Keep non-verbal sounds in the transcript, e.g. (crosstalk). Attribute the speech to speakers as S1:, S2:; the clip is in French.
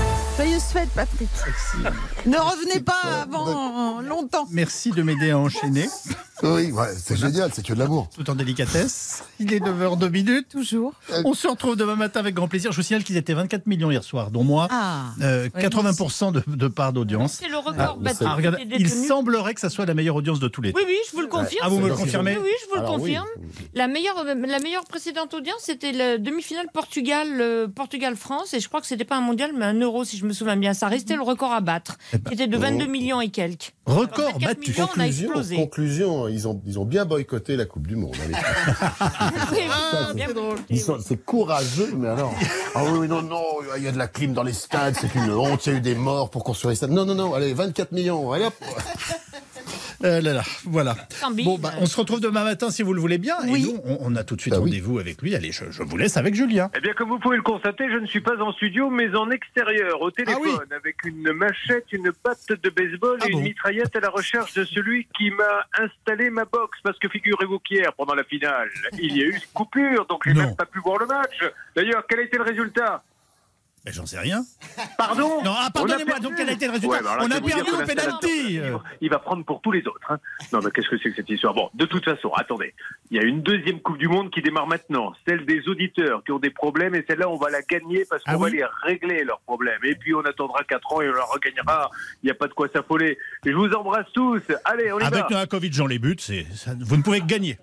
S1: grosse fête, Patrick. Ne revenez pas avant longtemps.
S2: Merci de m'aider à enchaîner,
S3: Oui, ouais, c'est génial, c'est que de l'amour.
S2: tout en délicatesse. Il est 9h02 minutes.
S1: Toujours.
S2: On se retrouve demain matin avec grand plaisir. Je vous signale qu'ils étaient 24 millions hier soir, dont moi.
S1: Ah.
S2: Euh,
S1: Ouais,
S2: 80% de, de part d'audience.
S4: C'est le record
S2: Ah,
S4: battu
S2: Ah, regardez,
S4: des
S2: il
S4: détenus.
S2: semblerait que ça soit la meilleure audience de tous les temps.
S4: Oui, oui, je vous le confirme.
S2: Ah, vous me le
S4: Oui,
S2: confirmez
S4: oui, je vous
S5: Alors
S4: le
S5: oui.
S4: confirme. La, meilleure, la meilleure précédente audience, c'était la demi-finale Portugal, euh, Portugal-France. Et je crois que c'était pas un mondial, mais un euro, si je me souviens bien. Ça restait le record à battre. C'était de 22 millions et quelques.
S2: Record
S4: 24
S2: battu.
S4: millions. on a explosé.
S5: conclusion, ils ont, ils ont bien boycotté la Coupe du Monde.
S4: (laughs)
S5: hein, les Français.
S4: Ah, bien
S5: Ils sont- C'est courageux, mais alors. Ah oui, oui, non, non, il y a de la clim dans les stades, c'est une honte, il y a eu des morts pour construire les stades. Non, non, non, allez, 24 millions, allez hop.
S2: Euh, là, là, voilà.
S4: Tant pis.
S2: Bon, bah, on se retrouve demain matin si vous le voulez bien. Et
S1: Oui.
S2: nous, on, on a tout de suite
S5: Bah oui.
S2: rendez-vous avec lui. Allez, je, je vous laisse avec Julien.
S6: Eh bien, comme vous pouvez le constater, je ne suis pas en studio, mais en extérieur,
S2: Ah
S6: au téléphone, avec une machette, une batte de baseball
S2: Ah
S6: et
S2: bon
S6: une mitraillette à la recherche de celui qui m'a installé ma box. Parce que figurez-vous qu'hier, pendant la finale, il y a eu coupure, donc j'ai
S2: Non.
S6: même pas pu voir le match. D'ailleurs, quel a été le résultat
S2: Mais Eh, J'en sais rien.
S6: Pardon
S2: Non, ah,
S6: On a
S2: pardonnez-moi,
S6: perdu.
S2: donc quel a été le résultat
S6: Ouais, bah alors là,
S2: On
S6: je
S2: a
S6: peux vous dire
S2: perdu
S6: que
S2: au
S6: la salle
S2: pénalty.
S6: attend. Il va prendre pour tous les autres. hein. Non, mais qu'est-ce que c'est que cette histoire Bon, de toute façon, attendez. Il y a une deuxième Coupe du Monde qui démarre maintenant, celle des auditeurs qui ont des problèmes, et celle-là, on va la gagner parce qu'on
S2: Ah
S6: va
S2: oui
S6: les régler leurs problèmes. Et puis, on attendra 4 ans et on la regagnera. Il n'y a pas de quoi s'affoler. Je vous embrasse tous. Allez, on y va.
S2: Ah, bah, Avec Novakovic dans les buts, c'est- ça- vous ne pouvez que gagner.